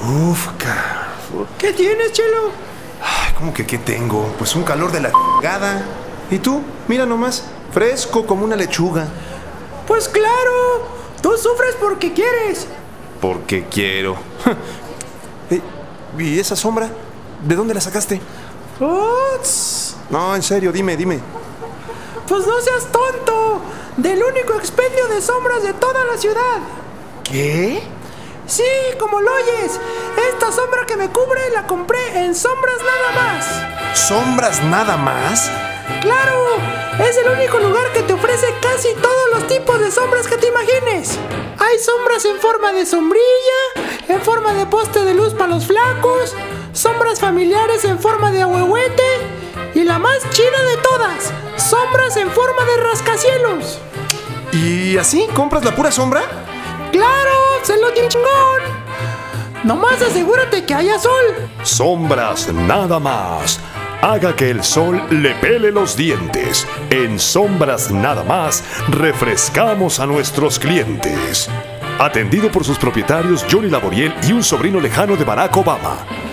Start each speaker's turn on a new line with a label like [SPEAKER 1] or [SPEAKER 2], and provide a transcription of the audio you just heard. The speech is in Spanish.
[SPEAKER 1] Uf, cabrón.
[SPEAKER 2] ¿Qué tienes, Chelo?
[SPEAKER 1] Ay, ¿Cómo que qué tengo? Pues un calor de la chingada. ¿Y tú? Mira nomás, fresco como una lechuga.
[SPEAKER 2] Pues claro, tú sufres porque quieres.
[SPEAKER 1] Porque quiero. Eh, ¿Y esa sombra? ¿De dónde la sacaste?
[SPEAKER 2] Uts,
[SPEAKER 1] No, en serio, dime, dime.
[SPEAKER 2] pues no seas tonto. Del único expendio de sombras de toda la ciudad.
[SPEAKER 1] ¿Qué?
[SPEAKER 2] Sí, como lo oyes. Esta sombra que me cubre la compré en sombras nada más.
[SPEAKER 1] ¿Sombras nada más?
[SPEAKER 2] Claro, es el único lugar que te ofrece casi todos los tipos de sombras que te imagines. Hay sombras en forma de sombrilla, en forma de poste de luz para los flacos, sombras familiares en forma de ahuehuete y la más chida de todas, sombras en forma de rascacielos.
[SPEAKER 1] ¿Y así compras la pura sombra?
[SPEAKER 2] ¡Claro! ¡Se lo tiene chingón! Nomás asegúrate que haya sol.
[SPEAKER 3] Sombras nada más. Haga que el sol le pele los dientes. En Sombras nada más refrescamos a nuestros clientes. Atendido por sus propietarios Johnny Laboriel y un sobrino lejano de Barack Obama.